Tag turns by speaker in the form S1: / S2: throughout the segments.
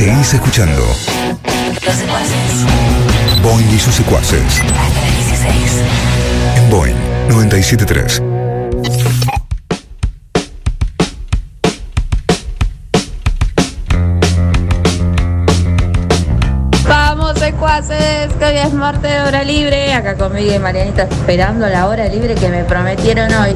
S1: Seguís escuchando
S2: Los secuaces.
S1: Boing y sus secuaces.
S2: Hasta las 16.
S1: En Boing 973.
S3: Vamos, secuaces, que hoy es martes de hora libre. Acá conmigo y Marianita esperando la hora libre que me prometieron hoy.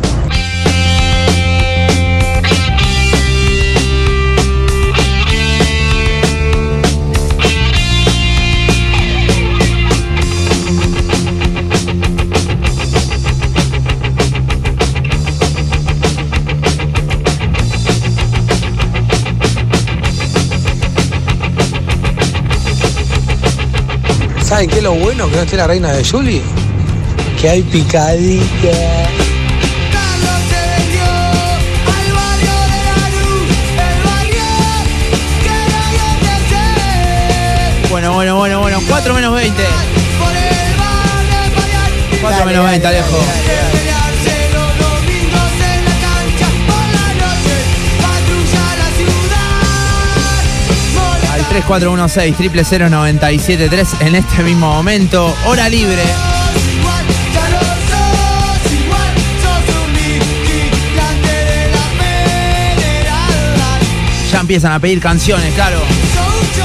S4: ¿Saben qué es lo bueno que no esté la reina de Julie? Que hay picadita.
S5: Carlos se vendió al barrio de la luz, el barrio que nadie merece.
S6: Bueno, bueno, bueno, bueno. 4 menos 20.
S5: Por el bar de Parián,
S6: 4 menos 20, Alejo.
S5: pelearse los domingos en la cancha, por la noche, patrullar la ciudad.
S6: Al 3416 000 en este mismo momento. Hora libre.
S5: Igual, ya no sos igual, sos un vigilante de la federal.
S6: Ya empiezan a pedir canciones, claro.
S5: Soldier,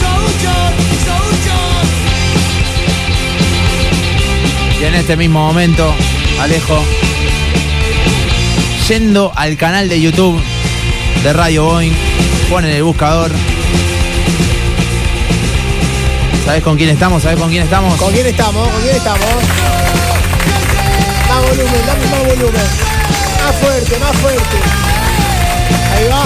S5: soldier, soldier, soldier.
S6: Y en este mismo momento, Alejo, yendo al canal de YouTube de Radio Boeing, ponen el buscador. ¿Sabés con quién estamos? ¿Sabés con quién estamos?
S7: ¿Con quién estamos? ¿Con quién estamos? Más volumen, dame más volumen. Más fuerte, más fuerte. Ahí va.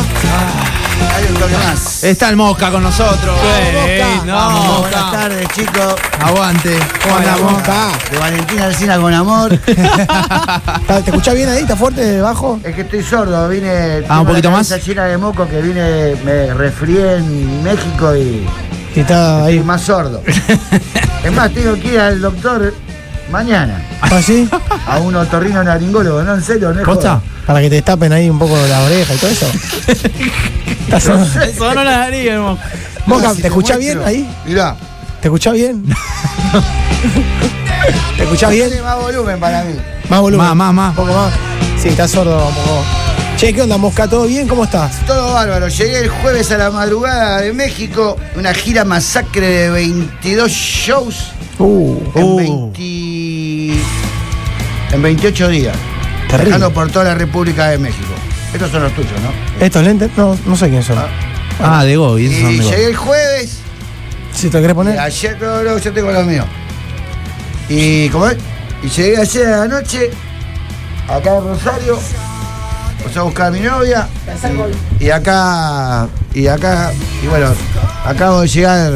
S8: Hay un toque más.
S6: Está el Mosca con nosotros.
S7: Vamos,
S6: Ey,
S7: Mosca.
S6: no,
S8: Vamos,
S6: Mosca.
S8: buenas tardes, chicos.
S6: Aguante.
S7: Con la boca.
S8: De Valentina Alcina con amor.
S7: ¿Está- Ah, ¿Te escuchás bien ahí? ¿Está fuerte de bajo?
S8: es que estoy sordo, vine.
S6: Ah, un
S8: tengo
S6: poquito
S8: la
S6: más.
S8: cabeza llena de moco que vine, me resfrié en México y
S7: Sí, está
S8: estoy
S7: ahí.
S8: más sordo. es más, tengo que ir al doctor mañana.
S7: ¿Así?
S8: A un otorrino naringólogo, no en serio, no es
S6: ¿Ah, ¿Posta?
S7: Para que te tapen ahí un poco la oreja y todo eso. ¿Estás sonando?
S6: Sonó la nariz, el Mosca.
S7: Moca, ¿te escuchás bien ahí?
S8: Mirá.
S7: ¿Te escuchás bien? ¿Te escuchás bien?
S8: Tiene más volumen para mí.
S7: Más volumen.
S6: Más, más,
S7: Un
S6: más.
S7: poco más. Sí, estás sordo, moco. Che, ¿qué onda, Mosca? ¿Todo bien? ¿Cómo estás?
S8: Todo bárbaro. Llegué el jueves a la madrugada de México. Una gira masacre de 22 shows
S7: Uh,
S8: en,
S6: Uh.
S8: 20 en 28 días.
S7: terrible.
S8: Viajando por toda la República de México. Estos son los tuyos, ¿no?
S7: ¿Estos lentes? No, no sé quién son.
S8: Ah.
S6: Ah, de Gobi,
S8: Y
S6: esos son de
S8: llegué
S6: Gobi.
S8: el jueves.
S7: Si te lo querés
S8: y
S7: poner.
S8: ayer, no, no, yo tengo los míos. Y, ¿cómo es? Y llegué ayer a la noche, acá en Rosario. O sea, a buscar a mi novia. Y, y acá. Y acá. Y bueno, acabo de llegar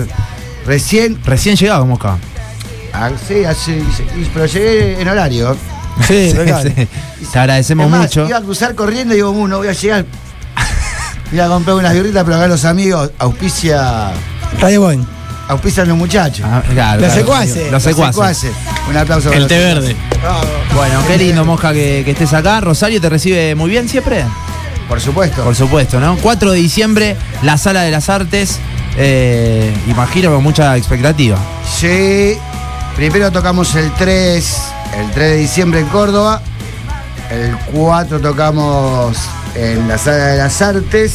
S8: recién.
S6: Recién llegado, Mosca.
S8: Ah, Sí, hace. y- Pero llegué en horario.
S7: Sí, total.
S6: Sí, sí. Te agradecemos
S8: Es más,
S6: mucho.
S8: Iba a cruzar corriendo y digo, "Uh, no voy a llegar. Iba a comprar unas birritas, pero acá los amigos auspicia,
S7: Radio Boeing.
S8: auspician los muchachos.
S6: Ah, claro,
S7: Los
S6: claro.
S7: secuaces.
S6: Los
S8: Los
S6: secuaces.
S8: secuaces. Un aplauso para los secuaces.
S6: Bueno, qué lindo, Mosca, que, que estés acá. Rosario te recibe muy bien siempre.
S8: Por supuesto.
S6: Por supuesto, ¿no? 4 de diciembre, la Sala de las Artes. eh, imagino con mucha expectativa.
S8: Sí. Primero tocamos el 3, el 3 de diciembre en Córdoba. El 4 tocamos en la Sala de las Artes.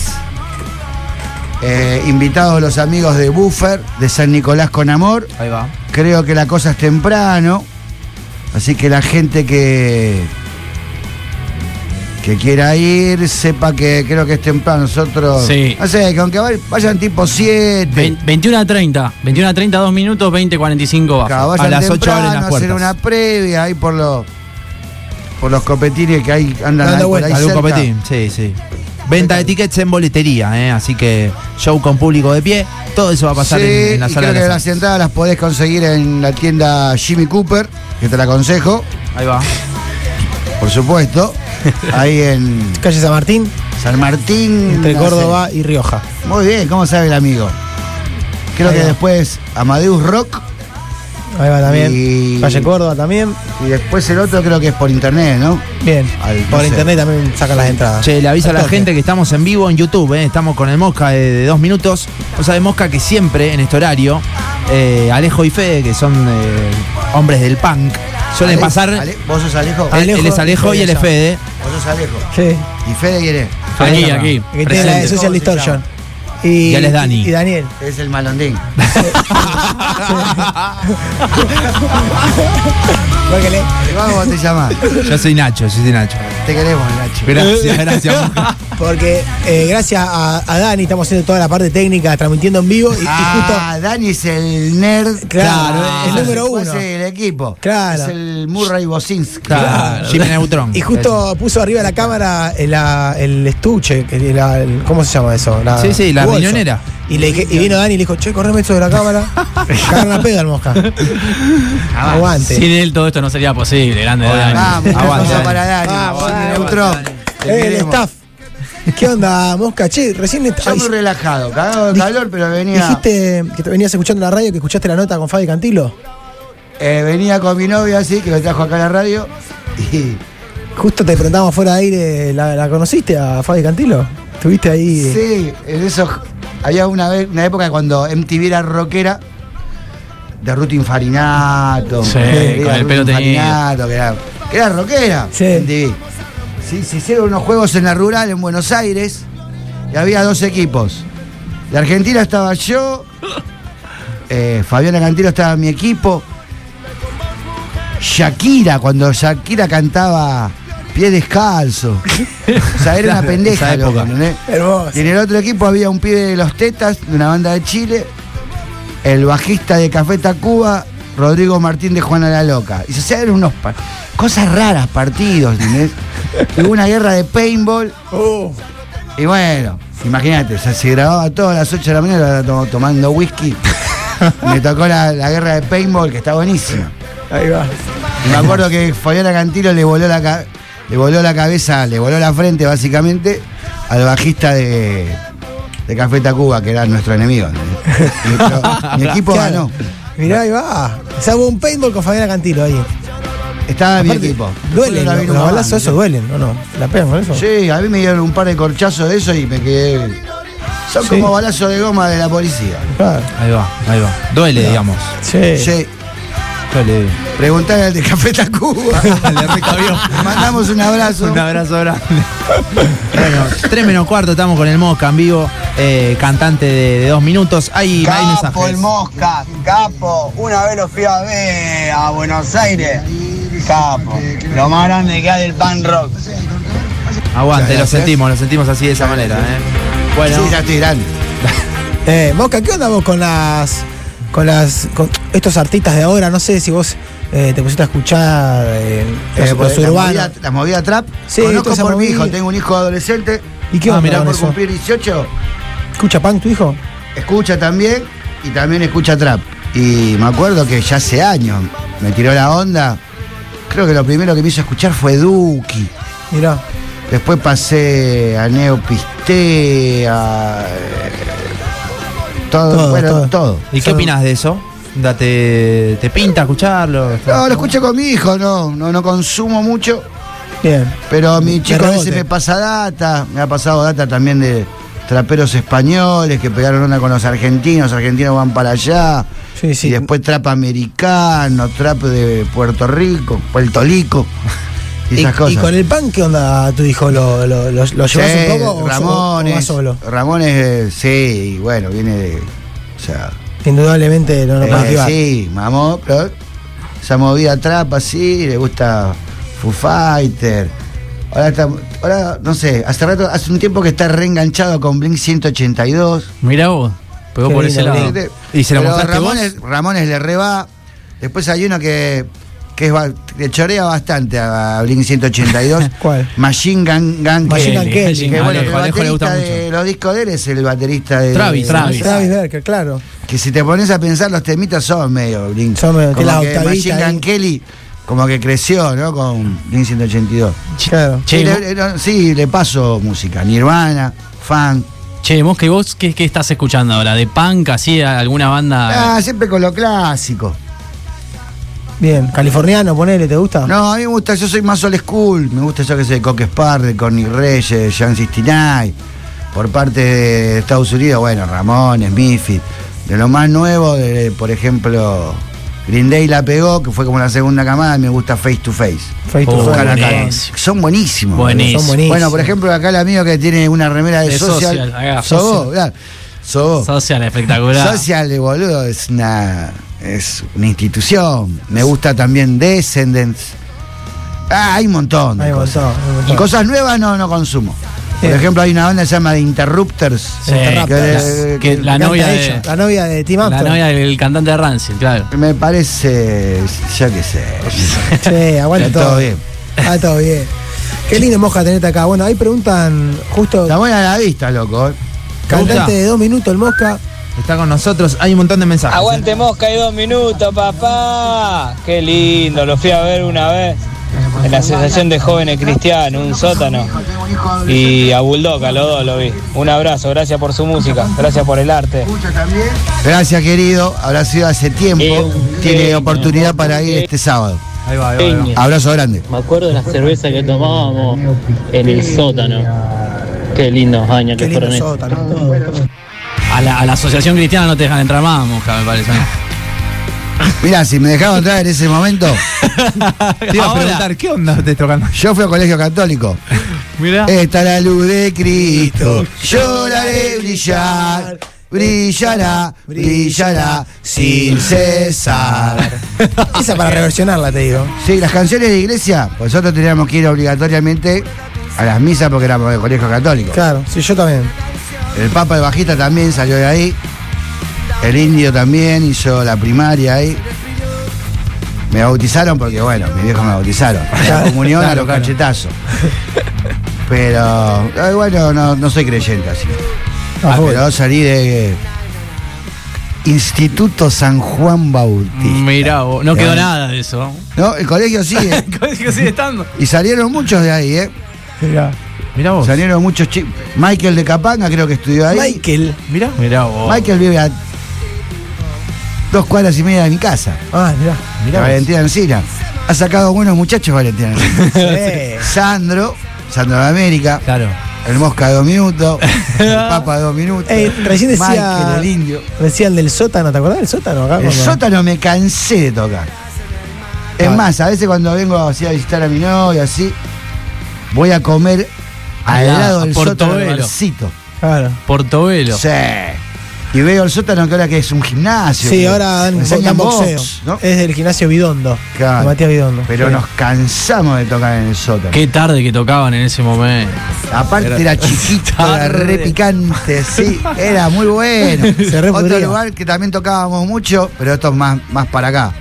S8: Eh, invitados los amigos de Buffer, de San Nicolás con Amor.
S6: Ahí va.
S8: Creo que la cosa es temprano. Así que la gente que. que quiera ir, sepa que creo que es temprano. Nosotros.
S9: Sí.
S8: No sé, que aunque vay- vayan tipo 7.
S9: Ve- 21 a 30, 21 a 30, 2 minutos, 20 45 bajo.
S8: Claro, vayan
S6: A las ocho
S8: temprano,
S6: abren las
S8: hacer
S6: puertas.
S8: una previa ahí por los. por los copetines que hay, andan ahí,
S7: Dando
S8: por
S7: vuelta,
S8: ahí
S6: ¿Algún
S8: cerca.
S6: copetín? Sí, sí. Venta de tickets en boletería, ¿eh? Así que show con público de pie. Todo eso va a pasar
S8: Sí,
S6: en, en la
S8: y
S6: Sala de
S8: creo que
S6: las
S8: las
S6: Artes.
S8: entradas las podés conseguir en la tienda Jimmy Cooper, que te la aconsejo,
S6: Ahí va.
S8: por supuesto. ahí en
S7: Calle San Martín,
S8: San Martín.
S7: entre
S8: no sé.
S7: Córdoba y Rioja.
S8: Muy bien, ¿cómo sabe el amigo? Creo
S7: Ahí
S8: que
S7: va.
S8: después Amadeus Rock
S7: Ahí va también.
S8: Y-
S7: Calle Córdoba también.
S8: Y después el otro creo que es por internet, ¿no?
S7: Bien.
S8: Al- no
S7: Por
S8: sé.
S7: internet también sacan las entradas.
S6: Che, le avisa a
S7: Al
S6: la
S7: toque.
S6: gente que estamos en vivo en YouTube, ¿eh? estamos con el Mosca de, de dos minutos. O sea, de Mosca que siempre en este horario, eh, Alejo y Fede, que son eh, hombres del punk, suelen
S8: Ale-
S6: pasar.
S8: Ale- ¿Vos sos Alejo?
S6: él,
S7: Alejo
S6: él es Alejo
S7: y
S6: y él es
S7: ella.
S6: Fede.
S8: ¿Vos sos Alejo?
S7: Sí.
S8: ¿Y Fede quién es?
S6: Ahí
S9: Aquí,
S6: está.
S9: aquí.
S7: Que tiene la de
S9: presente.
S7: Social
S8: ¿Cómo se
S7: Distortion.
S8: llama?
S7: Y,
S6: Y él es Dani.
S7: Y Daniel.
S8: Es el malondín.
S7: Porque le-
S8: ¿Y vos cómo te llamás?
S6: Yo soy Nacho, yo soy Nacho.
S8: Te queremos, Nacho.
S6: Gracias, gracias. Mosca.
S7: Porque eh, gracias a, a Dani estamos haciendo toda la parte técnica, transmitiendo en vivo y, y
S8: Ah, Dani es el nerd. Ah,
S7: Claro,
S8: es
S7: el número uno.
S8: el equipo.
S7: Claro.
S8: Es el Murray Bosinski.
S6: Claro, Jimmy Neutron.
S7: justo, y justo puso arriba de la cámara el, la- el estuche, que la- el- ¿cómo se llama eso?
S6: Sí, sí, la
S7: tu bolso.
S6: riñonera.
S7: Y, le dije- y vino Dani y le dijo, che, correme eso de la cámara. Cagar una peda al mosca.
S6: Ah,
S7: Aguante.
S9: Sin él todo esto no sería posible, grande Dani.
S8: Vamos,
S6: Aguante,
S8: aguanta
S6: Dani.
S8: para Dani.
S7: Vamos,
S8: Jimmy
S7: Dani.
S8: Neutron. Te
S7: Eh, el
S8: queremos.
S7: staff. ¿Qué onda, mosca? Che, recién est-
S8: Yo muy
S7: ay,
S8: relajado, cagado de
S7: Dij-
S8: calor, pero venía.
S7: dijiste que te venías escuchando en la radio, que escuchaste la nota con Fabi Cantilo.
S8: eh, venía con mi novia así, que lo trajo acá a la radio. Y.
S7: Justo te preguntamos fuera de aire, ¿la, la conociste a Fabi Cantilo? ¿Estuviste ahí?
S8: Sí, en esos. Había una vez, una época cuando MTV era rockera. De Ruth Infarinato.
S9: Sí,
S8: que
S9: con
S8: era
S9: el
S8: Ruth
S9: pelo teñido.
S8: Infarinato, que era, que era rockera.
S7: Sí.
S8: MTV. Sí, se hicieron unos juegos en la rural, en Buenos Aires. Y había dos equipos. De Argentina estaba yo. eh, Fabiana Cantilo estaba en mi equipo. Shakira, cuando Shakira cantaba Pie Descalzo. o sea, era una
S6: Claro,
S8: pendeja.
S6: esa
S8: loco,
S6: época.
S8: ¿entendés?
S7: Hermoso.
S8: Y en el otro equipo había un pibe de los Tetas, de una banda de Chile, el bajista de Café Tacuba, Rodrigo Martín de Juana la Loca. Y se hacían unos pa- cosas raras, partidos, ¿entendés? Y Hubo una guerra de paintball.
S7: Uh,
S8: Y bueno, imagínate, o sea, se grababa todo a las 8 de la mañana to- tomando whisky. Me tocó la, la guerra de paintball, que está buenísima.
S7: ahí va.
S8: Y me acuerdo que Fabiana Cantilo le voló la ca- le voló la cabeza, le voló la frente básicamente al bajista de, de Café Tacuba, que era nuestro enemigo. ¿no? Y yo- mi equipo ganó.
S7: Mirá, ahí va. O sea, hubo un paintball con Fabiana Cantilo ahí.
S8: Estaba mi
S7: Aparte,
S8: equipo.
S7: Duelen,
S8: Yo la
S7: los,
S8: vi
S7: los
S8: nomás,
S7: balazos esos
S8: ¿no?
S7: duelen, ¿o no? ¿La pegan con eso?
S8: Sí, a mí me dieron un par de corchazos de eso y me quedé. Son
S7: Sí.
S8: como balazos de goma de la policía.
S7: Claro.
S6: Ahí va, ahí va. Duele, digamos.
S7: Sí.
S8: Sí.
S6: Duele.
S8: Preguntale al de Café Tacuba.
S6: Le recabió.
S8: Le Mandamos un abrazo.
S6: Un abrazo grande. bueno, 3 menos cuarto, estamos con el Mosca en vivo, eh, cantante de, de dos minutos. Hay, hay
S10: Capo el
S6: mensajes.
S10: Mosca, capo. Una vez lo fui a ver a Buenos Aires. Capo, lo más grande que hay del pan rock.
S6: Aguante, lo
S8: Gracias.
S6: sentimos, lo sentimos así de esa manera. ¿eh? Bueno,
S8: Sí, ya estoy grande.
S7: Eh, Mosca, ¿qué onda vos con las. con las. con estos artistas de ahora? No sé si vos eh, te pusiste a escuchar eh, los,
S8: Eh,
S7: los
S8: pues, la
S7: urbanos.
S8: movida- La movida trap.
S7: Sí,
S8: Conozco
S7: toda esa
S8: por mi hijo,
S7: movida.
S8: tengo un hijo adolescente.
S7: ¿Y qué
S8: Ah,
S7: onda
S8: mirá,
S7: con
S8: por
S7: eso?
S8: cumplir 18,
S7: ¿Escucha punk tu hijo?
S8: escucha también y también escucha trap. Y me acuerdo que ya hace años me tiró la onda. Creo que lo primero que me hizo escuchar fue Duki.
S7: Mirá.
S8: Después pasé a Neopistea. a... Todo,
S7: Todo,
S8: bueno,
S7: todo.
S8: todo.
S6: ¿y qué
S7: Son-
S6: opinas de eso? Da, ¿Te, te pinta escucharlo?
S8: No, lo escuché con mi hijo, no, no, no consumo mucho.
S7: Bien.
S8: Pero mi
S7: De
S8: chico a veces
S7: rebote.
S8: me pasa data, me ha pasado data también de traperos españoles que pegaron onda con los argentinos, argentinos van para allá.
S7: Sí, sí.
S8: Y después trap americano, trap de Puerto Rico, Puerto Rico. Y
S7: ¿Y,
S8: esas cosas.
S7: y con el punk qué onda tu hijo? ¿Lo, lo, lo- lo llevas
S8: Sí,
S7: un poco o- o,
S8: Ramones.
S7: vas solo?
S8: Ramones, eh, sí, y bueno, viene de. O sea.
S7: Indudablemente no lo
S8: eh,
S7: podés esquivar.
S8: sí, mamó, pero esa movida trap así, le gusta Foo Fighter. Ahora, está- ahora, no sé, hace rato, hace un tiempo que está reenganchado con Blink 182.
S9: Mira vos, pegó
S7: Qué
S9: por ese
S7: lindo,
S9: lado.
S8: Este,
S6: ¿Y se lo
S8: pero
S6: mostraste
S8: Ramones, Ramones le reba. Después hay uno que, que es, ba- que chorea bastante a Blink 182.
S7: ¿Cuál?
S8: Machine Gun, Gun
S7: Machine
S8: Kelly.
S7: Gun Kelly.
S8: Que
S6: Ah,
S8: bueno, que el
S9: Alejo, Alejo le gusta
S8: baterista
S9: mucho.
S8: de los discos de él es el baterista de
S9: Travis, Travis.
S7: Ah, Travis Berker, claro.
S8: Que si te pones a pensar, los temitas son medio Blink.
S7: Son medio-
S8: como
S7: la
S8: que
S7: octavita
S8: Machine
S7: ahí.
S8: Gun Kelly como que creció, ¿no? Con Blink 182.
S7: Claro.
S9: Che,
S8: Sí,
S9: vos-
S8: le, le- sí, le paso música. Nirvana, fan.
S9: Che, Mosca, ¿y vos qué, qué estás escuchando ahora? ¿De punk, así, alguna banda?
S8: Ah, siempre con lo clásico.
S7: Bien, californiano, ponele, ¿te gusta?
S8: No, a mí me gusta, yo soy más old school, me gusta yo que sé, de Coque Spar, de Corny Reyes, Jan Sistinay, por parte de Estados Unidos, bueno, Ramones, Miffy, de lo más nuevo, de, por ejemplo, Green Day la pegó, que fue como la segunda camada, y me gusta Face to Face.
S7: Face to
S9: Oh,
S7: face.
S8: Cara a cara.
S9: buenísimo.
S8: Son buenísimos.
S9: Buenísimo.
S7: Son buenísimos.
S8: Bueno, por ejemplo, acá el amigo que tiene una remera de,
S9: De
S8: social.
S9: Social, acá.
S8: Sobó, claro. Sobó.
S9: Social, espectacular.
S8: Social, boludo, es una, es una institución. Me gusta también Descendants. Ah, hay un montón. de
S7: Hay un
S8: cosas.
S7: montón, hay un montón.
S8: Y cosas nuevas no, no consumo. Por
S7: Sí.
S8: ejemplo, hay una banda que se llama The Interrupters.
S9: Sí,
S8: que,
S9: que
S8: que-
S9: la
S8: que
S9: novia
S8: canta
S9: de-
S8: ella.
S7: La novia de Tim
S9: La
S7: Armstrong.
S9: novia del cantante de Rancid, claro.
S8: Me parece. Yo qué sé.
S7: Sí, aguanta
S8: Está
S7: todo.
S8: todo bien.
S7: Está todo bien. Qué lindo moja tenerte acá. Bueno, ahí preguntan justo
S8: La buena la vista, loco. eh.
S7: cantante
S6: gusta?
S7: de dos minutos el mosca.
S6: Está con nosotros, hay un montón de mensajes.
S10: Aguante mosca y dos minutos, papá. Qué lindo, lo fui a ver una vez. En la asociación de jóvenes cristianos, un sótano. Y a Bulldog, a los dos lo vi. Un abrazo, gracias por su música, gracias por el arte.
S8: Gracias, querido. Habrá sido hace
S10: Eh,
S8: tiempo.
S10: un
S8: Tiene
S10: genio.
S8: oportunidad para ir este sábado.
S6: Ahí va, ahí va, ahí va.
S10: Peña.
S8: Abrazo grande.
S10: Me acuerdo de la cerveza que tomábamos en el sótano. Qué lindos años
S7: Qué
S10: que
S7: lindo
S10: fueron esos.
S7: sótano.
S9: A la, a la asociación cristiana no te dejan entrar más, mosca, me parece.
S8: Mirá, si me dejaban entrar en ese momento,
S6: ¿eh? Te iba a
S9: Ahora.
S6: preguntar, ¿qué onda te tocando? Eh,
S8: yo fui a colegio católico.
S9: Mirá.
S8: Está la luz de Cristo. Yo la haré brillar. Brillará, brillará sin cesar.
S7: Esa para reversionarla, te digo.
S8: Sí, las canciones de iglesia, pues nosotros teníamos que ir obligatoriamente a las misas porque éramos de colegio católico.
S7: Claro, sí, yo también.
S8: El Papa de Bajista también salió de ahí. El indio también hizo la primaria ahí. Me bautizaron porque, bueno, mis viejos me bautizaron. La comunión a los cachetazos. Pero, ay, bueno, no, no soy creyente así.
S7: Ah,
S8: pero salí de Instituto San Juan Bautista.
S9: Mirá, vos, no
S6: Eh.
S9: quedó nada de eso.
S8: No, el colegio sigue.
S9: Colegio sigue estando.
S8: Y salieron muchos de ahí, ¿eh?
S7: Mirá.
S6: Mirá vos.
S8: Salieron muchos chicos. Michael de Capanga creo que estudió ahí. Oh.
S7: Michael.
S6: Mirá.
S9: Mirá vos.
S8: Michael vive a dos cuadras y media de mi casa.
S7: Ah, mirá.
S8: La Valentina Encina. Ha sacado buenos muchachos Valentina Encina.
S7: Sí.
S8: Sandro, Sandro de América,
S6: Claro.
S8: el Mosca de dos minutos, el Papa de dos minutos.
S7: Ey, Eh, recién decía-
S8: Michael, el indio.
S7: Decía el del sótano, ¿te acordás del sótano? Acá
S8: El
S7: cuando-
S8: sótano me cansé de tocar.
S7: Ah.
S8: Es más, a veces cuando vengo así a visitar a mi novia, así, voy a comer al
S9: Al lado,
S8: lado
S9: a
S8: del sótano del
S9: Portobelo.
S8: barcito.
S7: Claro.
S9: Portobelo.
S8: Sí. Y veo el sótano que ahora que es un gimnasio.
S7: Sí,
S8: que
S7: ahora dan,
S8: enseñan
S7: dan boxeo.
S8: box, ¿no?
S7: Es del gimnasio Bidondo.
S8: Claro.
S7: de Matías Bidondo.
S8: Pero
S7: Sí.
S8: nos cansamos de tocar en el sótano.
S9: Qué tarde que tocaban en ese momento.
S8: Aparte era chiquito, era
S9: Tarde.
S8: re picante, sí, era muy bueno.
S7: Se re
S8: Otro
S7: pudría.
S8: lugar que también tocábamos mucho, pero esto es más, más para acá.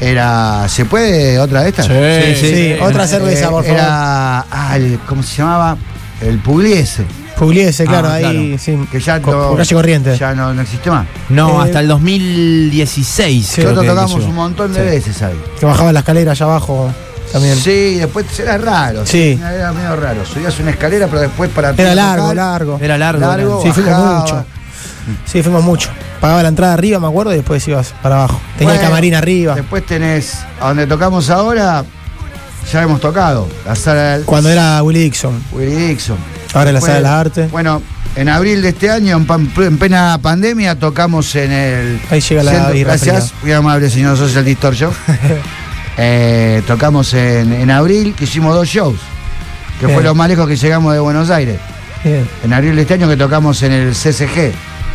S8: Era. ¿Se puede otra de estas?
S7: Sí, sí, otra
S8: Eh,
S7: cerveza, por favor.
S8: Era. ah, el- ¿Cómo se llamaba? El Pugliese,
S7: Pugliese, claro,
S9: Ah,
S7: ahí
S9: claro.
S7: sí.
S8: que ya
S7: Co-
S8: no.
S7: calle corriente.
S8: Ya no, no existe más.
S6: No,
S7: Eh,
S6: hasta el 2016. creo
S8: Nosotros
S6: que- que
S8: tocamos
S6: llegó.
S8: un montón de
S6: Sí.
S8: veces ahí.
S7: Que bajaba la escalera allá abajo también.
S8: Sí, después era raro.
S7: Sí.
S8: Era medio raro. Subías una escalera, pero después para.
S7: Era largo,
S8: tocar,
S7: largo.
S6: Era largo.
S8: Largo.
S7: Sí, fuimos
S8: bajaba.
S7: mucho. Sí, fuimos mucho. Pagaba la entrada arriba, me acuerdo, y después ibas para abajo. Tenía el
S8: Bueno,
S7: camarín arriba.
S8: Después tenés, a donde tocamos ahora, ya hemos tocado, la sala del
S7: Cuando era Willy Dixon.
S8: Willy Dixon.
S7: Ahora en la sala de
S8: Bueno,
S7: las artes.
S8: Bueno, en abril de este año, en, pan- en plena pandemia, tocamos en el...
S7: Ahí llega la
S8: centro-
S7: birra
S8: Gracias,
S7: fría.
S8: muy amable señor Social Distortion. Eh, tocamos en, en abril, que hicimos dos shows, que
S7: Bien.
S8: fue lo más lejos que llegamos de Buenos Aires.
S7: Bien.
S8: En abril de este año que tocamos en el CCG,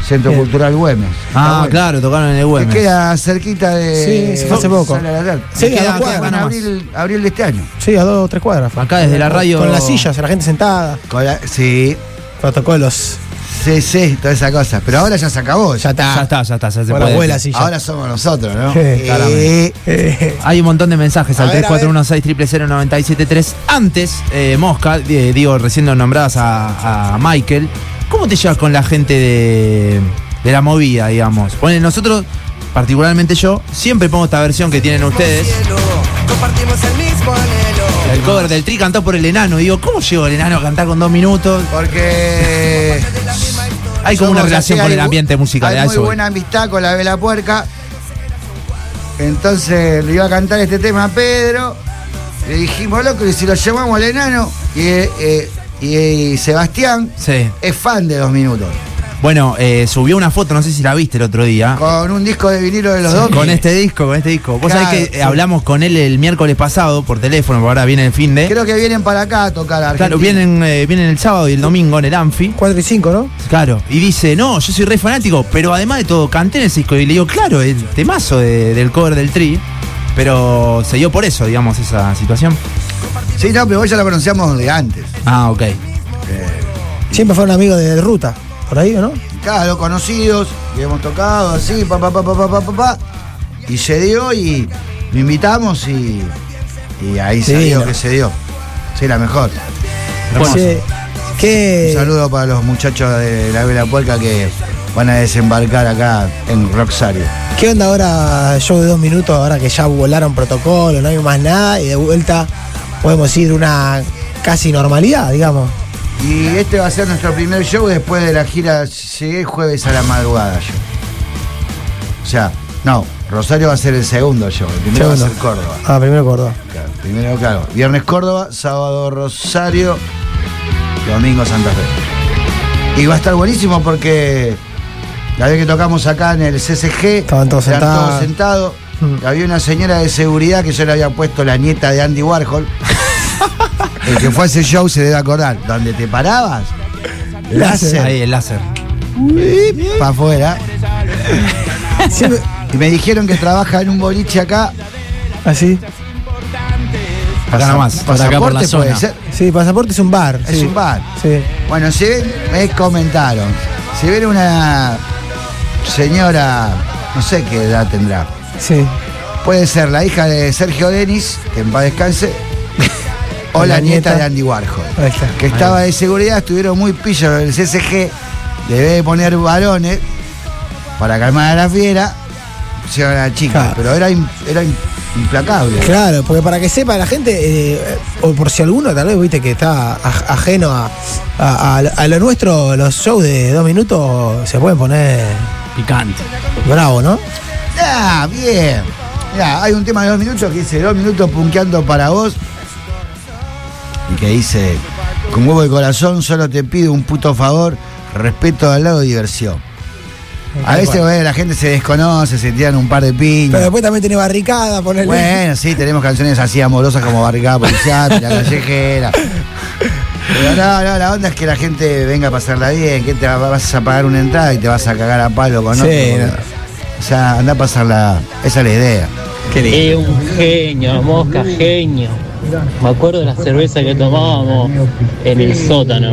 S8: Centro
S7: Bien.
S8: Cultural Güemes.
S6: Ah,
S8: Está bueno.
S6: claro, tocaron en el
S8: Que
S6: Güemes.
S8: queda cerquita de.
S7: Sí, se fue hace poco.
S8: Sala de la Tarde.
S7: Sí,
S8: Que
S7: a
S8: queda
S7: dos
S8: acá
S7: cuadras
S8: en
S7: nomás.
S8: abril, abril de este año.
S7: Sí, a dos o tres cuadras. fue.
S6: Acá desde la radio-
S7: Con las sillas, la gente sentada.
S8: Con la- sí,
S7: Protocolos.
S8: sí, sí, toda esa cosa. Pero ahora ya se acabó.
S7: Ya está.
S6: Ya está, ya está, ya se
S7: Ahora
S6: puede.
S7: vuela
S6: decir.
S7: así.
S8: Ahora somos nosotros, ¿no?
S7: Sí,
S8: Eh,
S6: claramente.
S7: Eh,
S6: Hay un montón de mensajes
S7: A
S6: al
S7: ver, a ver.
S6: 3416-000973. Antes, eh, Mosca, eh, digo, recién lo nombradas a, a Michael. ¿Cómo te llevas con la gente de, de la movida, digamos? Bueno, nosotros, particularmente yo, siempre pongo esta versión que tienen ustedes.
S5: Compartimos el mismo anhelo.
S6: El cover del Tri cantado por el enano. Digo, ¿cómo llegó el enano a cantar con dos minutos?
S8: Porque.
S6: Hay como una
S8: somos
S6: relación
S8: así,
S6: con
S8: hay
S6: el
S8: bu-
S6: ambiente musical. ¿eh?
S8: Hay
S6: a
S8: muy
S6: eso voy.
S8: buena amistad con la Vela Puerca. Entonces le iba a cantar este tema a Pedro. Le dijimos, loco, y si lo llamamos al enano. Y, eh, y- y Sebastián
S6: Sí.
S8: es fan de dos minutos.
S6: Bueno, eh, subió una foto, no sé si la viste el otro día.
S8: Ah. Con un disco de vinilo de los
S6: Sí,
S8: dos.
S6: Con este disco, con este disco. Vos
S8: Claro,
S6: sabés que eh,
S8: sí.
S6: hablamos con él el miércoles pasado por teléfono, porque ahora viene el fin de.
S8: Creo que vienen para acá a tocar a Argentina.
S6: ¿eh? Claro, vienen, eh, vienen el sábado y el domingo en el Anfi.
S7: 4 y 5, ¿no?
S6: Claro, y dice, no, yo soy re fanático, pero además de todo, canté en el disco. Y le digo, claro, el temazo de- del cover del tri. Pero se dio por eso, digamos, esa situación.
S8: Sí, no, pero vos ya lo conocíamos de antes.
S6: Ah, ok.
S7: Siempre fueron amigos de ruta, por ahí, ¿o ¿no?
S8: Claro, conocidos, y hemos tocado así, pa, pa, pa, pa, pa, pa, pa, pa. Y se dio y lo invitamos y, y ahí se
S7: Divino.
S8: dio que se dio. Sí, la mejor.
S9: Hermoso.
S7: Sí.
S6: Eh.
S8: Un
S7: ¿Qué,
S8: saludo para los muchachos de la Vela Puerca que van a desembarcar acá en Roxario.
S7: ¿Qué onda ahora, show de dos minutos, ahora que ya volaron protocolo, no hay más nada, y de vuelta podemos ir una casi normalidad, digamos?
S8: Y este va a ser nuestro primer show después de la gira. Llegué jueves a la madrugada yo. O sea, no, Rosario va a ser el segundo show. El primero va a ser
S7: Segundo.
S8: Córdoba.
S7: Ah, primero Córdoba.
S8: Claro, primero, claro. Viernes Córdoba, sábado Rosario, domingo Santa Fe. Y va a estar buenísimo porque la vez que tocamos acá en el CCG,
S7: Estaban todos
S8: eran
S7: sentados.
S8: todos sentados.
S7: Mm.
S8: Había una señora de seguridad que yo le había puesto la nieta de Andy Warhol. el que fue a ese show se debe acordar. Donde te parabas,
S6: Ahí,
S8: láser,
S6: el láser.
S8: para afuera.
S7: Siempre-
S8: Y me dijeron que trabaja en un boliche acá.
S7: así.
S6: Acá nomás.
S9: por acá, por la
S8: Pasaporte
S9: zona.
S8: puede ser.
S7: Sí, pasaporte es un bar.
S8: Es
S7: sí.
S8: un bar.
S7: Sí.
S8: Bueno, si ven, me comentaron, si ven una señora, no sé qué edad tendrá,
S7: Sí.
S8: puede ser la hija de Sergio Denis, que en paz descanse, o la,
S7: La
S8: nieta,
S7: nieta.
S8: de Andy Warhol,
S7: Ahí está.
S8: que estaba de seguridad, estuvieron muy pillos en el CCG, debe de poner varones para calmar a la fiera, pusieron a la chica,
S7: Claro.
S8: pero era, im- era im- implacable.
S7: Claro, porque para que sepa la gente, eh, eh, o por si alguno tal vez, viste, que está aj- ajeno a, a- a- a lo nuestro, los shows de dos minutos se pueden poner
S9: Picante.
S7: bravo, ¿no?
S8: Ah, bien. Mirá, hay un tema de dos minutos que dice dos minutos punqueando para vos. Y que dice, con huevo de corazón solo te pido un puto favor, respeto al lado y diversión. A veces bueno, la gente se desconoce, se tiran un par de
S7: Pero
S8: piñas.
S7: después también tiene barricada, ponerle.
S8: Bueno, sí, tenemos canciones así amorosas como Barricada Policial, La Callejera. Pero no, no, la onda es que la gente venga a pasarla bien, que te va- vas a pagar una entrada y te vas a cagar a palo con
S7: Sí,
S8: otro.
S7: no.
S8: O sea, anda a pasarla, esa es la idea.
S10: Es un genio, mosca genio. Me acuerdo de la cerveza que tomábamos en el sótano.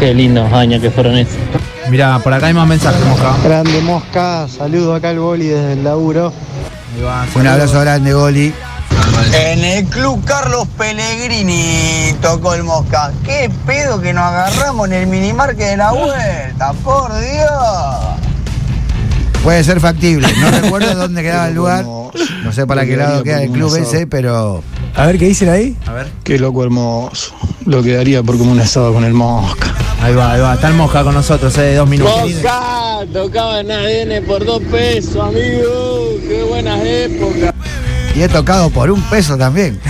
S10: Qué lindos años que fueron esos.
S6: Mirá, por acá hay más mensajes, mosca.
S10: Grande mosca, saludo acá al boli desde el laburo.
S8: Un abrazo grande, Goli.
S5: En el club Carlos Pellegrini tocó el mosca. ¿Qué pedo que nos agarramos en el minimarque de la vuelta? Por Dios.
S8: Puede ser factible. No recuerdo dónde quedaba el lugar. No sé para qué lado queda el club ese, pero.
S7: A ver qué dicen ahí.
S11: Qué loco hermoso. Lo quedaría por como un asado con el mosca.
S6: Ahí va, ahí va. Está el mosca con nosotros, eh, de dos minutos.
S10: Mosca, tocaban ADN por dos pesos, amigo. Qué buenas épocas.
S8: Y he tocado por un peso también.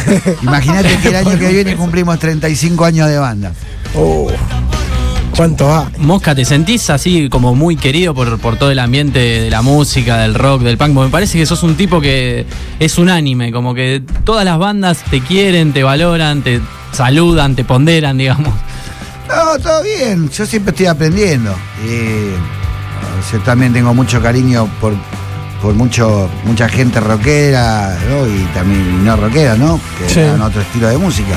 S8: Imagínate que el año que viene cumplimos 35 años de banda.
S7: Oh, ¿Cuánto va?
S9: Mosca, ¿te sentís así como muy querido por, por todo el ambiente de la música, del rock, del punk? Porque me parece que sos un tipo que es unánime, como que todas las bandas te quieren, te valoran, te saludan, te ponderan, digamos.
S8: No, todo bien. Yo siempre estoy aprendiendo. Y eh, yo también tengo mucho cariño por, por mucho, mucha gente rockera, ¿no? Y también no rockera, ¿no? Que
S7: Sí.
S8: dan otro estilo de música.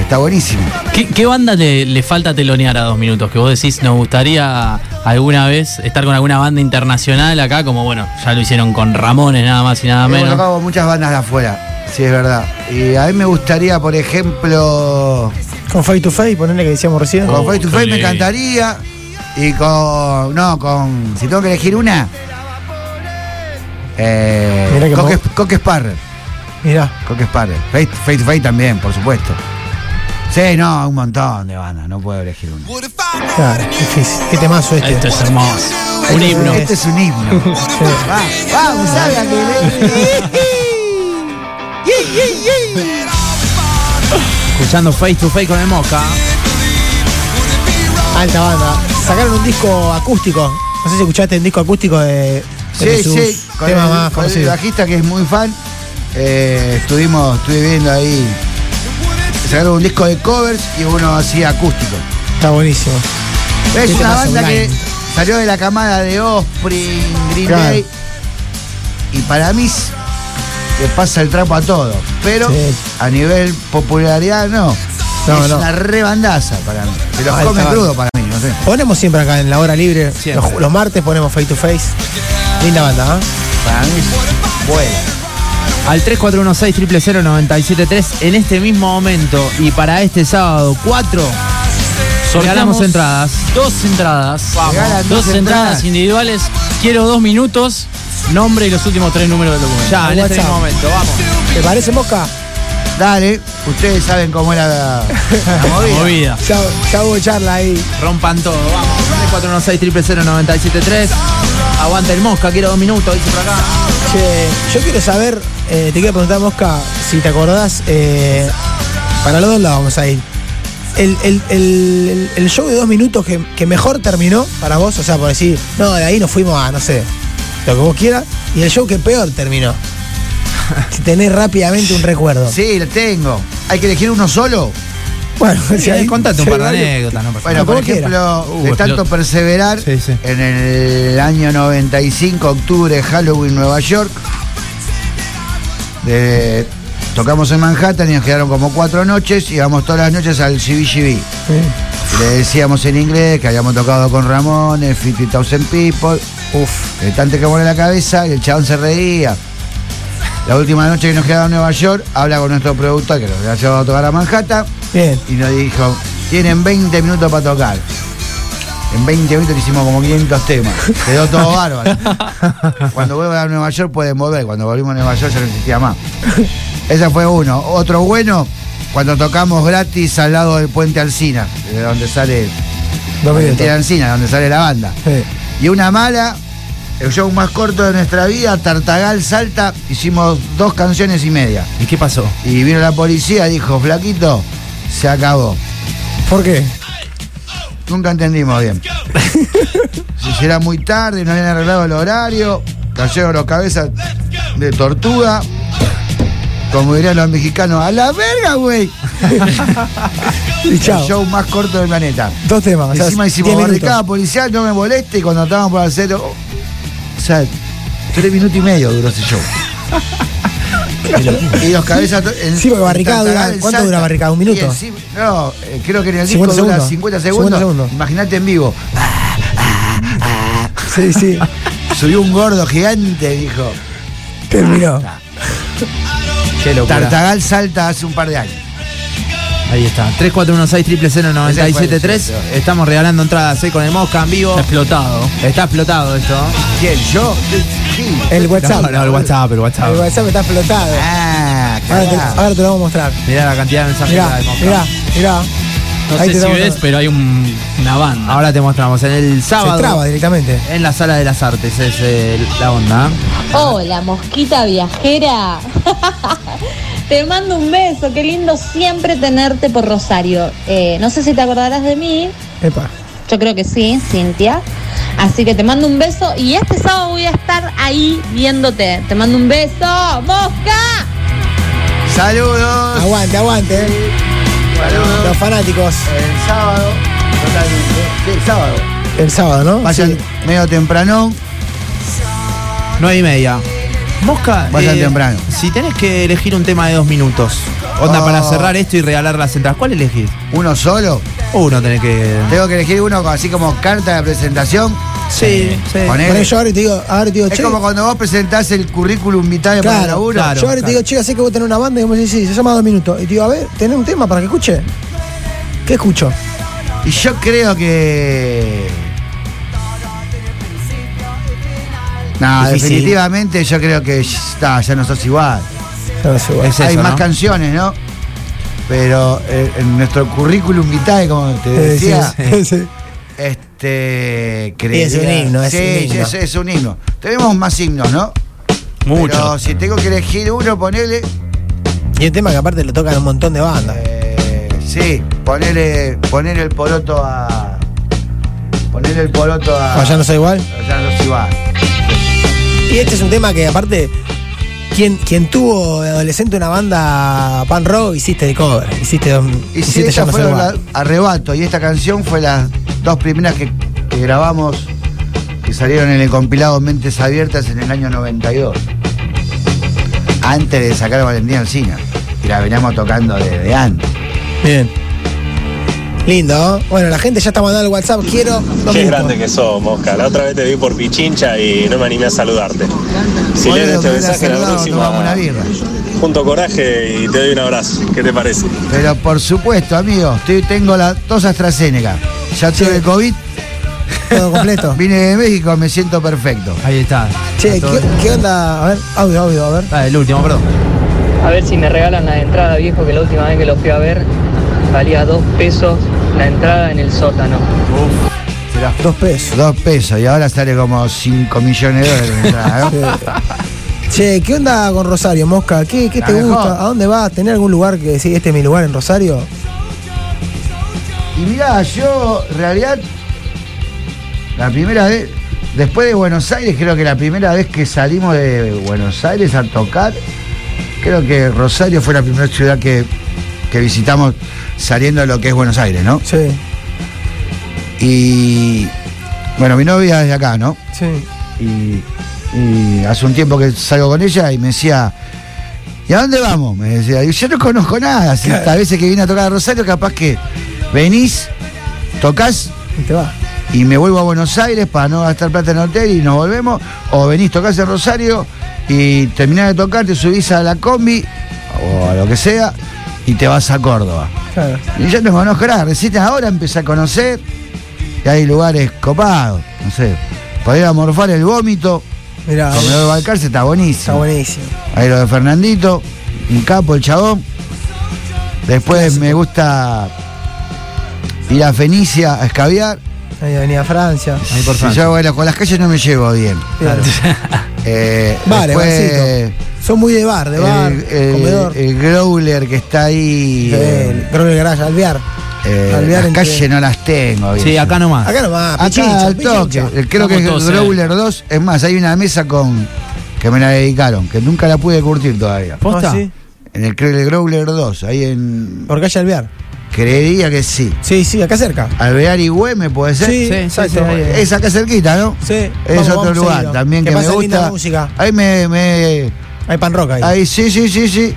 S8: Está buenísimo.
S9: ¿Qué, qué banda le, le falta telonear a dos minutos? Que vos decís, nos gustaría alguna vez estar con alguna banda internacional acá, como bueno, ya lo hicieron con Ramones, nada más y nada
S8: Hemos
S9: menos.
S8: tocado con muchas bandas de afuera, sí, es verdad. Y a mí me gustaría, por ejemplo,
S7: Con Face to Face, ponerle que decíamos recién.
S8: con Face to Face me
S9: Olé.
S8: encantaría. Y con. No, con. Si tengo que elegir una.
S7: Mirá
S8: Eh,
S7: que
S8: Coque,
S7: mo-
S8: Coque Sparrer.
S7: Mirá.
S8: Coque Sparrer. Face, Face to Face también, por supuesto. Sí, no, un montón de bandas, no puedo elegir una.
S7: Claro, difícil. Qué temazo este.
S9: Esto es hermoso. Un himno.
S8: Este es un himno. Va, vamos, salga que
S6: Escuchando face to face con el mosca.
S7: Alta banda. Sacaron un disco acústico. No sé si escuchaste un disco acústico de. de
S8: Sí,
S7: sus
S8: sí, con el,
S7: temas más
S8: con el
S7: conocidos.
S8: bajista que es muy fan. eh, estuvimos, estuve viendo ahí. Sacaron un disco de covers y uno así acústico.
S7: Está buenísimo.
S8: Es
S7: Qué
S8: una
S7: temazo,
S8: banda
S7: Blind.
S8: que salió de la camada de Offspring, Green
S7: Claro.
S8: Day. Y para mí s- le pasa el trapo a todo. Pero
S7: Sí.
S8: a nivel popularidad no.
S7: No,
S8: es
S7: no.
S8: una rebandaza para mí. Se los
S7: Alta
S8: come
S7: banda.
S8: crudo para mí, no sé.
S7: Ponemos siempre acá en la hora libre.
S6: Siempre.
S7: Los, los martes ponemos face to face. Linda banda, ¿ah?
S8: Para mí es bueno.
S6: Al 3416 973 en este mismo momento y para este sábado 4 regalamos
S9: Sorteamos
S6: entradas.
S9: Dos entradas. Dos,
S8: Regalan dos
S9: entradas.
S8: entradas.
S9: individuales. Quiero dos minutos, nombre y los últimos tres números del documento.
S6: Ya, en este
S7: WhatsApp.
S6: mismo momento, vamos.
S7: ¿Te parece mosca?
S8: Dale, ustedes saben cómo era la, la movida.
S9: Movida.
S7: Ya, ya hubo charla ahí.
S6: Rompan todo, vamos. 3416 973 Aguanta el mosca, quiero dos minutos, dice por acá.
S7: Che, yo quiero saber, eh, te quiero preguntar, Mosca, si te acordás, eh, para los dos lados vamos a ir. El, el- el- el show de dos minutos que, que mejor terminó para vos, o sea, por decir, no, de ahí nos fuimos a, no sé, lo que vos quieras, y el show que peor terminó. Si tenés rápidamente un recuerdo.
S8: Sí, lo tengo. Hay que elegir uno solo.
S7: Bueno,
S6: Sí, eh,
S7: ahí-
S6: contate un
S7: sí,
S6: par de
S7: varios.
S6: anécdotas, no
S8: Bueno, por
S7: como quiera.
S8: ejemplo,
S9: Uh,
S8: de tanto
S9: explota.
S8: perseverar,
S6: Sí, sí.
S8: en el año 95, octubre, Halloween, Nueva York, de- tocamos en Manhattan y nos quedaron como cuatro noches, íbamos todas las noches al CBGB. Le decíamos en inglés que habíamos tocado con Ramones, 50,000 People, uf, el tante que pone la cabeza y el chabón se reía. La última noche que nos quedaba en Nueva York, habla con nuestro productor que nos había llevado a tocar a Manhattan
S7: Bien,
S8: y nos dijo, tienen 20 minutos para tocar. En 20 minutos le hicimos como 500 temas. Quedó todo bárbaro. Cuando vuelvan a Nueva York pueden volver. Cuando volvimos a Nueva York ya no existía más. Ese fue uno. Otro bueno, cuando tocamos gratis al lado del puente Alcina, de donde sale
S7: dos minutos.
S8: Valentina Alcina, donde sale la banda.
S7: Sí.
S8: Y una mala, el show más corto de nuestra vida, Tartagal Salta, hicimos dos canciones y media.
S6: ¿Y qué pasó?
S8: Y vino la policía y dijo, flaquito, se acabó.
S7: ¿Por qué?
S8: Nunca entendimos bien. Si era muy tarde, no habían arreglado el horario, cayeron los cabezas de tortuga. Como dirían los mexicanos, a la verga, güey.
S7: Y
S8: El
S7: chao.
S8: show más corto del planeta.
S7: Dos temas. o sea,
S8: Encima hicimos
S7: 10 minutos.
S8: barricada policial, no me moleste, y cuando estábamos por hacer. oh, o sea, tres minutos y medio duró ese show. y los cabezas. to- en-
S7: Sí, porque barricada dura-
S8: Tartagal
S7: ¿cuánto
S8: salta.
S7: dura barricada? ¿Un minuto?
S8: Y encima- no, eh, creo que en el disco
S7: 50
S8: dura
S7: segundos.
S8: 50
S7: 50
S8: segundos.
S7: segundos.
S8: Imagínate en vivo.
S7: Sí, sí.
S8: Subió un gordo gigante, dijo.
S7: Terminó.
S6: Qué locura.
S8: Tartagal salta hace un par de años.
S6: Ahí está. 3416
S8: Ese
S6: 973
S8: fue el-
S6: Estamos regalando entradas eh, con el mosca en vivo.
S9: Está explotado.
S6: Está explotado esto.
S8: ¿Quién? ¿Yo? Sí. Eh,
S7: El WhatsApp.
S6: No, no, el WhatsApp, el WhatsApp.
S7: El WhatsApp está explotado.
S8: Ah,
S7: Ahora te,
S8: cagá.
S7: ahora te lo vamos a mostrar.
S6: Mirá la cantidad de mensajes que da
S7: Mirá,
S6: el mosca.
S7: mirá, mirá.
S9: No
S7: Ahí te
S9: sé si
S7: damos-
S9: ves, pero hay un- una banda.
S6: Ahora te mostramos. En el
S7: Se
S6: sábado.
S7: traba directamente.
S6: En la sala de las artes es eh, la onda.
S12: Hola, mosquita viajera. te mando un beso. Qué lindo siempre tenerte por Rosario. Eh, no sé si te acordarás de mí.
S7: Epa.
S12: Yo creo que sí, Cintia. Así que te mando un beso y este sábado voy a estar ahí viéndote. Te mando un beso. ¡Mosca!
S8: Saludos.
S7: Aguante, aguante. eh.
S8: Saludos.
S7: Los fanáticos.
S8: El sábado. Totalmente. Sí, el sábado.
S7: El sábado, ¿no?
S8: Vayan
S7: Sí.
S8: medio temprano.
S6: 9 y media. Mosca. eh,
S8: Vayan temprano.
S6: Si tenés que elegir un tema de dos minutos. Onda
S8: Oh.
S7: Ah.
S6: para cerrar esto y regalar las entradas. ¿Cuál elegís?
S8: Uno solo.
S6: Uno tenés que.
S8: Tengo que elegir uno así como carta de presentación.
S6: Sí, sí.
S8: Con él.
S7: Bueno, yo ahora te digo, ahora te digo,
S8: Es
S7: che.
S8: como cuando vos presentás el currículum vitae para
S7: Claro,
S8: laburo.
S7: yo ahora te digo, che, sé que vos tenés una banda y vos me decís, sí, se llama dos minutos. Y te digo, a ver, ¿tenés un tema para que escuche? ¿Qué escucho?
S8: Y yo creo que. No,
S6: Difícil.
S8: definitivamente yo creo que ya, está, ya no sos igual.
S7: No sé, bueno.
S6: Es eso,
S8: Hay más
S6: ¿no?
S8: canciones, ¿no? Pero eh, en nuestro currículum vitae, como te
S7: Eh, sí,
S8: decía,
S7: sí, sí.
S8: este
S7: Sí, es un
S8: creería-
S7: himno, es
S8: Sí,
S7: un
S8: sí,
S7: himno.
S8: Es, es un himno. Tenemos más himnos, ¿no?
S9: Mucho.
S8: Pero si tengo que elegir uno, ponele.
S7: Y el tema que aparte lo tocan un montón de bandas.
S8: eh, sí, ponele, poner el poroto a. Poner el poroto a.
S7: Allá Ah, no soy igual.
S8: Allá no soy igual.
S7: Y este es un tema que aparte, quien, quien tuvo de adolescente una banda pan rock, hiciste de cover, hiciste,
S8: Y si
S7: hiciste
S8: ellas
S7: no soy
S8: fueron
S7: igual.
S8: la- arrebato y esta canción fue las dos primeras que, que grabamos que salieron en el compilado Mentes Abiertas en el año 92. Antes de sacar a Valentina Alcina. Y la veníamos tocando desde antes.
S7: Bien. Lindo. ¿no? Bueno, la gente ya está mandando el WhatsApp. Quiero. dos
S13: Qué
S7: minutos.
S13: grande que sos, Mosca. La otra vez te vi por Pichincha y no me animé a saludarte. Si
S8: Bueno,
S13: lees
S8: me
S13: este
S8: hubieras
S13: mensaje, la
S8: saludado, tomamos una
S13: próxima.
S8: birra.
S13: Junto coraje y te doy un abrazo. ¿Qué te parece?
S8: Pero por supuesto, amigo, estoy- tengo la tos AstraZeneca. Ya tuve COVID.
S7: Todo completo.
S8: Vine de México, me siento perfecto.
S6: Ahí está.
S7: Che,
S8: Todo
S7: ¿qué,
S8: bien.
S7: qué onda? A ver, audio, audio, a ver.
S6: Ah, el último, perdón.
S14: A ver si me regalan la entrada, viejo, que la última vez que lo fui a ver valía dos pesos la entrada en el sótano.
S7: Dos pesos.
S8: Dos pesos. Y ahora sale como 5 millones de dólares. ¿verdad?
S7: Che, ¿qué onda con Rosario, Mosca? ¿Qué, qué
S8: La
S7: te
S8: mejor.
S7: gusta? ¿A dónde vas? ¿Tenés algún lugar que decís, este es mi lugar en Rosario?
S8: Y mirá, yo en realidad, la primera vez, después de Buenos Aires, creo que la primera vez que salimos de Buenos Aires a tocar, creo que Rosario fue la primera ciudad que, que visitamos saliendo de lo que es Buenos Aires, ¿no?
S7: Sí.
S8: Y bueno, mi novia es de acá, ¿no?
S7: Sí.
S8: Y, y hace un tiempo que salgo con ella y me decía, ¿y a dónde vamos? Me decía, y yo no conozco nada. Si Las veces que vine a tocar a Rosario, capaz que venís, tocas
S7: Y te vas.
S8: y me vuelvo a Buenos Aires para no gastar plata en hotel y nos volvemos, o venís, tocás en Rosario y terminás de tocar, te subís a la combi o a lo que sea y te vas a Córdoba.
S7: Claro.
S8: Y yo no conozco nada, recién ahora empecé a conocer y hay lugares copados, no sé, podés amorfar el vómito,
S7: Mirá,
S8: comedor Balcarce está
S7: está
S8: buenísimo.
S7: buenísimo.
S8: Ahí lo de Fernandito, un capo el chabón. Después me gusta ir a Fenicia a escabiar.
S7: Ahí venía Francia.
S6: Ahí por
S8: Si
S6: Francia.
S8: yo, bueno, con las calles no me llevo bien.
S7: Claro.
S8: Eh,
S7: Vale,
S8: después, eh,
S7: Son muy de bar, de bar,
S8: el, el-
S7: comedor.
S8: el growler que está ahí.
S7: El
S8: eh,
S7: Grove Garage, Alvear.
S8: eh,
S7: Alvear
S8: las
S7: entre-
S8: calles no las tengo. bien.
S6: Sí, acá nomás.
S7: Acá nomás,
S8: Ah. Acá
S7: Pichincha,
S8: al toque.
S7: Pichincha.
S8: Eh, Creo que
S9: Estamos
S8: es el
S9: todos en
S8: growler 2. Es más, hay una mesa con que me la dedicaron, que nunca la pude curtir todavía.
S6: ¿Posta?
S7: Ah, sí.
S8: En el, creo que el growler 2, ahí en...
S7: Por calle Alvear.
S8: Creería que sí.
S7: Sí, sí, acá cerca.
S8: Alvear y Güeme puede ser.
S7: Sí, exacto.
S6: ahí, ahí.
S8: Es acá cerquita, ¿no?
S7: Sí,
S8: Es
S7: vamos,
S8: otro
S7: vamos
S8: lugar
S7: seguido.
S8: también que,
S7: Que
S8: me
S7: pasa linda
S8: gusta.
S7: música.
S8: Ahí me, me-
S7: Hay pan rock ahí.
S8: Ahí sí, sí, sí, sí.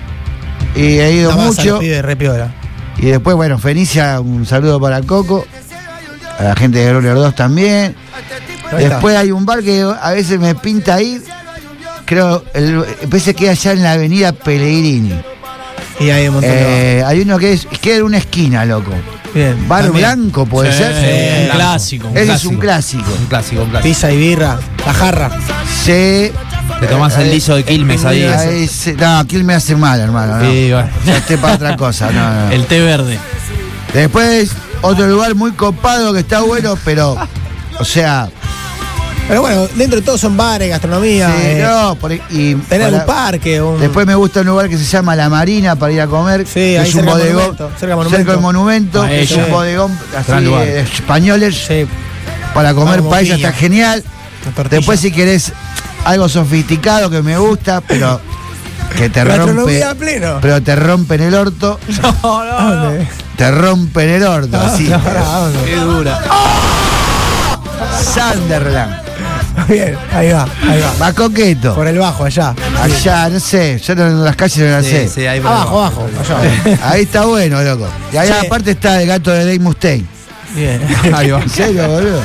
S8: Y he ido
S7: La masa, los
S8: mucho.
S7: pibes, re piola.
S8: Y después, bueno, Fenicia, un saludo para Coco. A la gente de Growler 2 también.
S7: Ahí está.
S8: Después hay un bar que a veces me pinta ir. Creo, el, pensé que allá en la avenida Pellegrini.
S7: Y hay un montón de
S8: Eh, hay uno que es, queda en una esquina, loco.
S7: bar. Bien.
S8: Bar
S7: también.
S8: blanco puede
S9: Sí,
S8: ser.
S9: un
S8: Blanco.
S9: clásico, un
S8: Ese es un clásico.
S6: Un clásico, un clásico.
S7: Pizza y birra. La jarra.
S8: Sí.
S6: Te tomás el liso de Quilmes ahí.
S8: Ahí sí. No, Kiel me hace mal, hermano. No.
S6: Sí, bueno.
S8: Ya esté para otra cosa. No, no.
S9: El té verde.
S8: Después, otro lugar muy copado que está bueno, pero. O sea,
S7: Pero bueno, dentro de todo son bares, gastronomía.
S8: sí,
S7: eh,
S8: no, por- y
S7: Tener
S8: para-
S7: un parque. Un...
S8: Después me gusta un lugar que se llama La Marina para ir a comer.
S7: Sí,
S8: que
S7: ahí
S8: es un
S7: cerca del
S8: bodegón.
S7: monumento, cerca del monumento.
S8: del monumento. que es
S9: Paella.
S8: un bodegón
S6: Gran
S8: así eh,
S6: lugar.
S8: de españoles.
S7: Sí,
S8: Para comer
S7: Vamos,
S8: paella
S7: piña.
S8: está genial.
S7: la tortilla.
S8: Después si querés algo sofisticado que me gusta, pero que te rompe.
S7: Gastronomía a pleno. Ah,
S8: Pero te rompen el orto.
S7: ¿A dónde?
S8: Te rompen el orto, así.
S7: No, ¿a dónde?
S6: Qué dura.
S8: Sunderland.
S7: Bien, ahí va, ahí va.
S8: Va coqueto.
S7: Por el bajo, allá.
S8: Allá, no sé, yo no, en las calles no las sé.
S6: Sí, sí, ahí por
S7: Abajo, abajo, allá.
S8: Ahí está bueno, loco. Y ahí
S7: Sí.
S8: aparte está el gato de Dave Mustaine.
S7: Bien.
S6: Ahí va.
S8: En serio, boludo.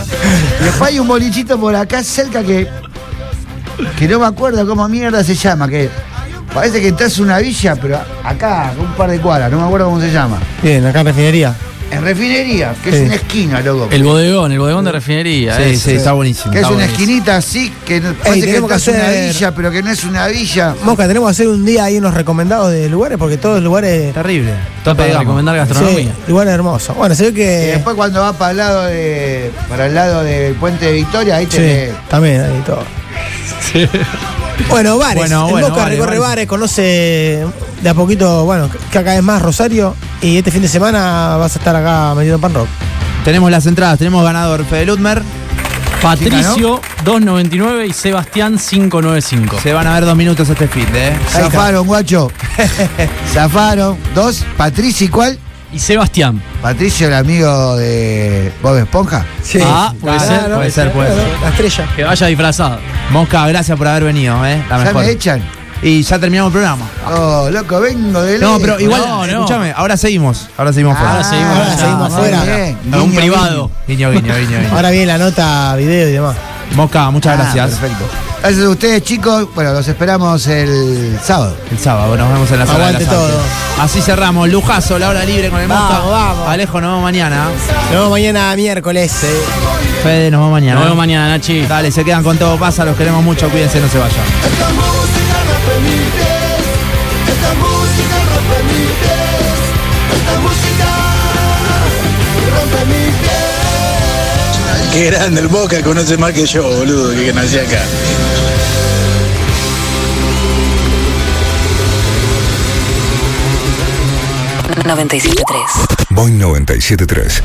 S8: Y Después hay un bolichito por acá cerca que. que no me acuerdo cómo mierda se llama, que. Parece que estás en una villa, pero acá, un par de cuadras, no me acuerdo cómo se llama.
S7: Bien, acá en refinería.
S8: En refinería, que es
S9: Sí.
S8: una esquina, loco.
S9: El bodegón, el bodegón de refinería.
S8: Sí,
S9: ese.
S8: sí, está buenísimo. Que es una esquinita así, que no- parece que
S7: tenemos que
S8: estás en una
S7: hacer-
S8: villa, pero que no es una villa.
S7: Mosca, tenemos que hacer un día ahí unos recomendados de lugares porque todos los lugares.
S6: Terrible.
S9: Está para recomendar gastronomía.
S7: lugares hermosos. Bueno, se ve
S8: Y
S7: que.
S8: después cuando va para el lado de, para el lado del puente de Victoria, ahí
S7: Sí,
S8: tenés.
S7: también ahí todo. Bueno, bares.
S8: Bueno,
S7: el
S8: bueno,
S7: Boca
S8: bares,
S7: recorre
S8: bares.
S7: bares, conoce de a poquito, bueno, que acá es más Rosario. Y este fin de semana vas a estar acá metido en Pan Rock.
S6: Tenemos las entradas, tenemos ganador Fede Lutmer.
S9: Patricio 299 y Sebastián 595.
S6: Se van a ver dos minutos este fin, ¿eh?
S8: Zafaron, guacho. Zafaron. Dos, Patricio y cuál?
S9: Y Sebastián.
S8: Patricio, el amigo de Bob Esponja.
S7: Sí.
S9: Ah, puede ser, puede ser, puede ser.
S7: La estrella.
S9: Que vaya disfrazado.
S6: Mosca, gracias por haber venido, ¿eh? La
S8: Ya
S6: mejor.
S8: me echan.
S6: Y ya terminamos el programa.
S8: Oh, loco, vengo de
S6: No,
S8: lejos.
S6: pero igual, escúchame, ahora seguimos. Ahora seguimos fuera.
S8: Ah, Ahora seguimos, Ahora ya. seguimos
S6: Muy
S8: fuera.
S6: bien.
S8: A un privado.
S6: Guiño, guiño, guiño. guiño.
S7: Ahora viene la nota, video y demás.
S6: Mosca, muchas
S8: Ah,
S6: gracias.
S8: Perfecto. Gracias a ustedes, chicos. Bueno, los esperamos el sábado.
S6: El sábado, nos vemos en la sala de
S8: Aguante
S6: las artes.
S8: todo.
S6: Así cerramos, lujazo, la hora libre con el
S7: Vamos,
S6: Mosca.
S7: vamos.
S6: Alejo, nos vemos mañana.
S7: Nos vemos mañana miércoles. eh.
S6: Fede, nos vemos mañana.
S9: Nos vemos mañana, Nachi.
S6: Dale, se quedan con todo pasa, los queremos mucho, cuídense, no se vayan.
S15: Esta música no permite, esta música no permite, esta música no permite.
S16: Qué grande el Boca, conoce más que yo, boludo, que nací acá.
S2: Boing 97.3.
S1: Boing 97.3.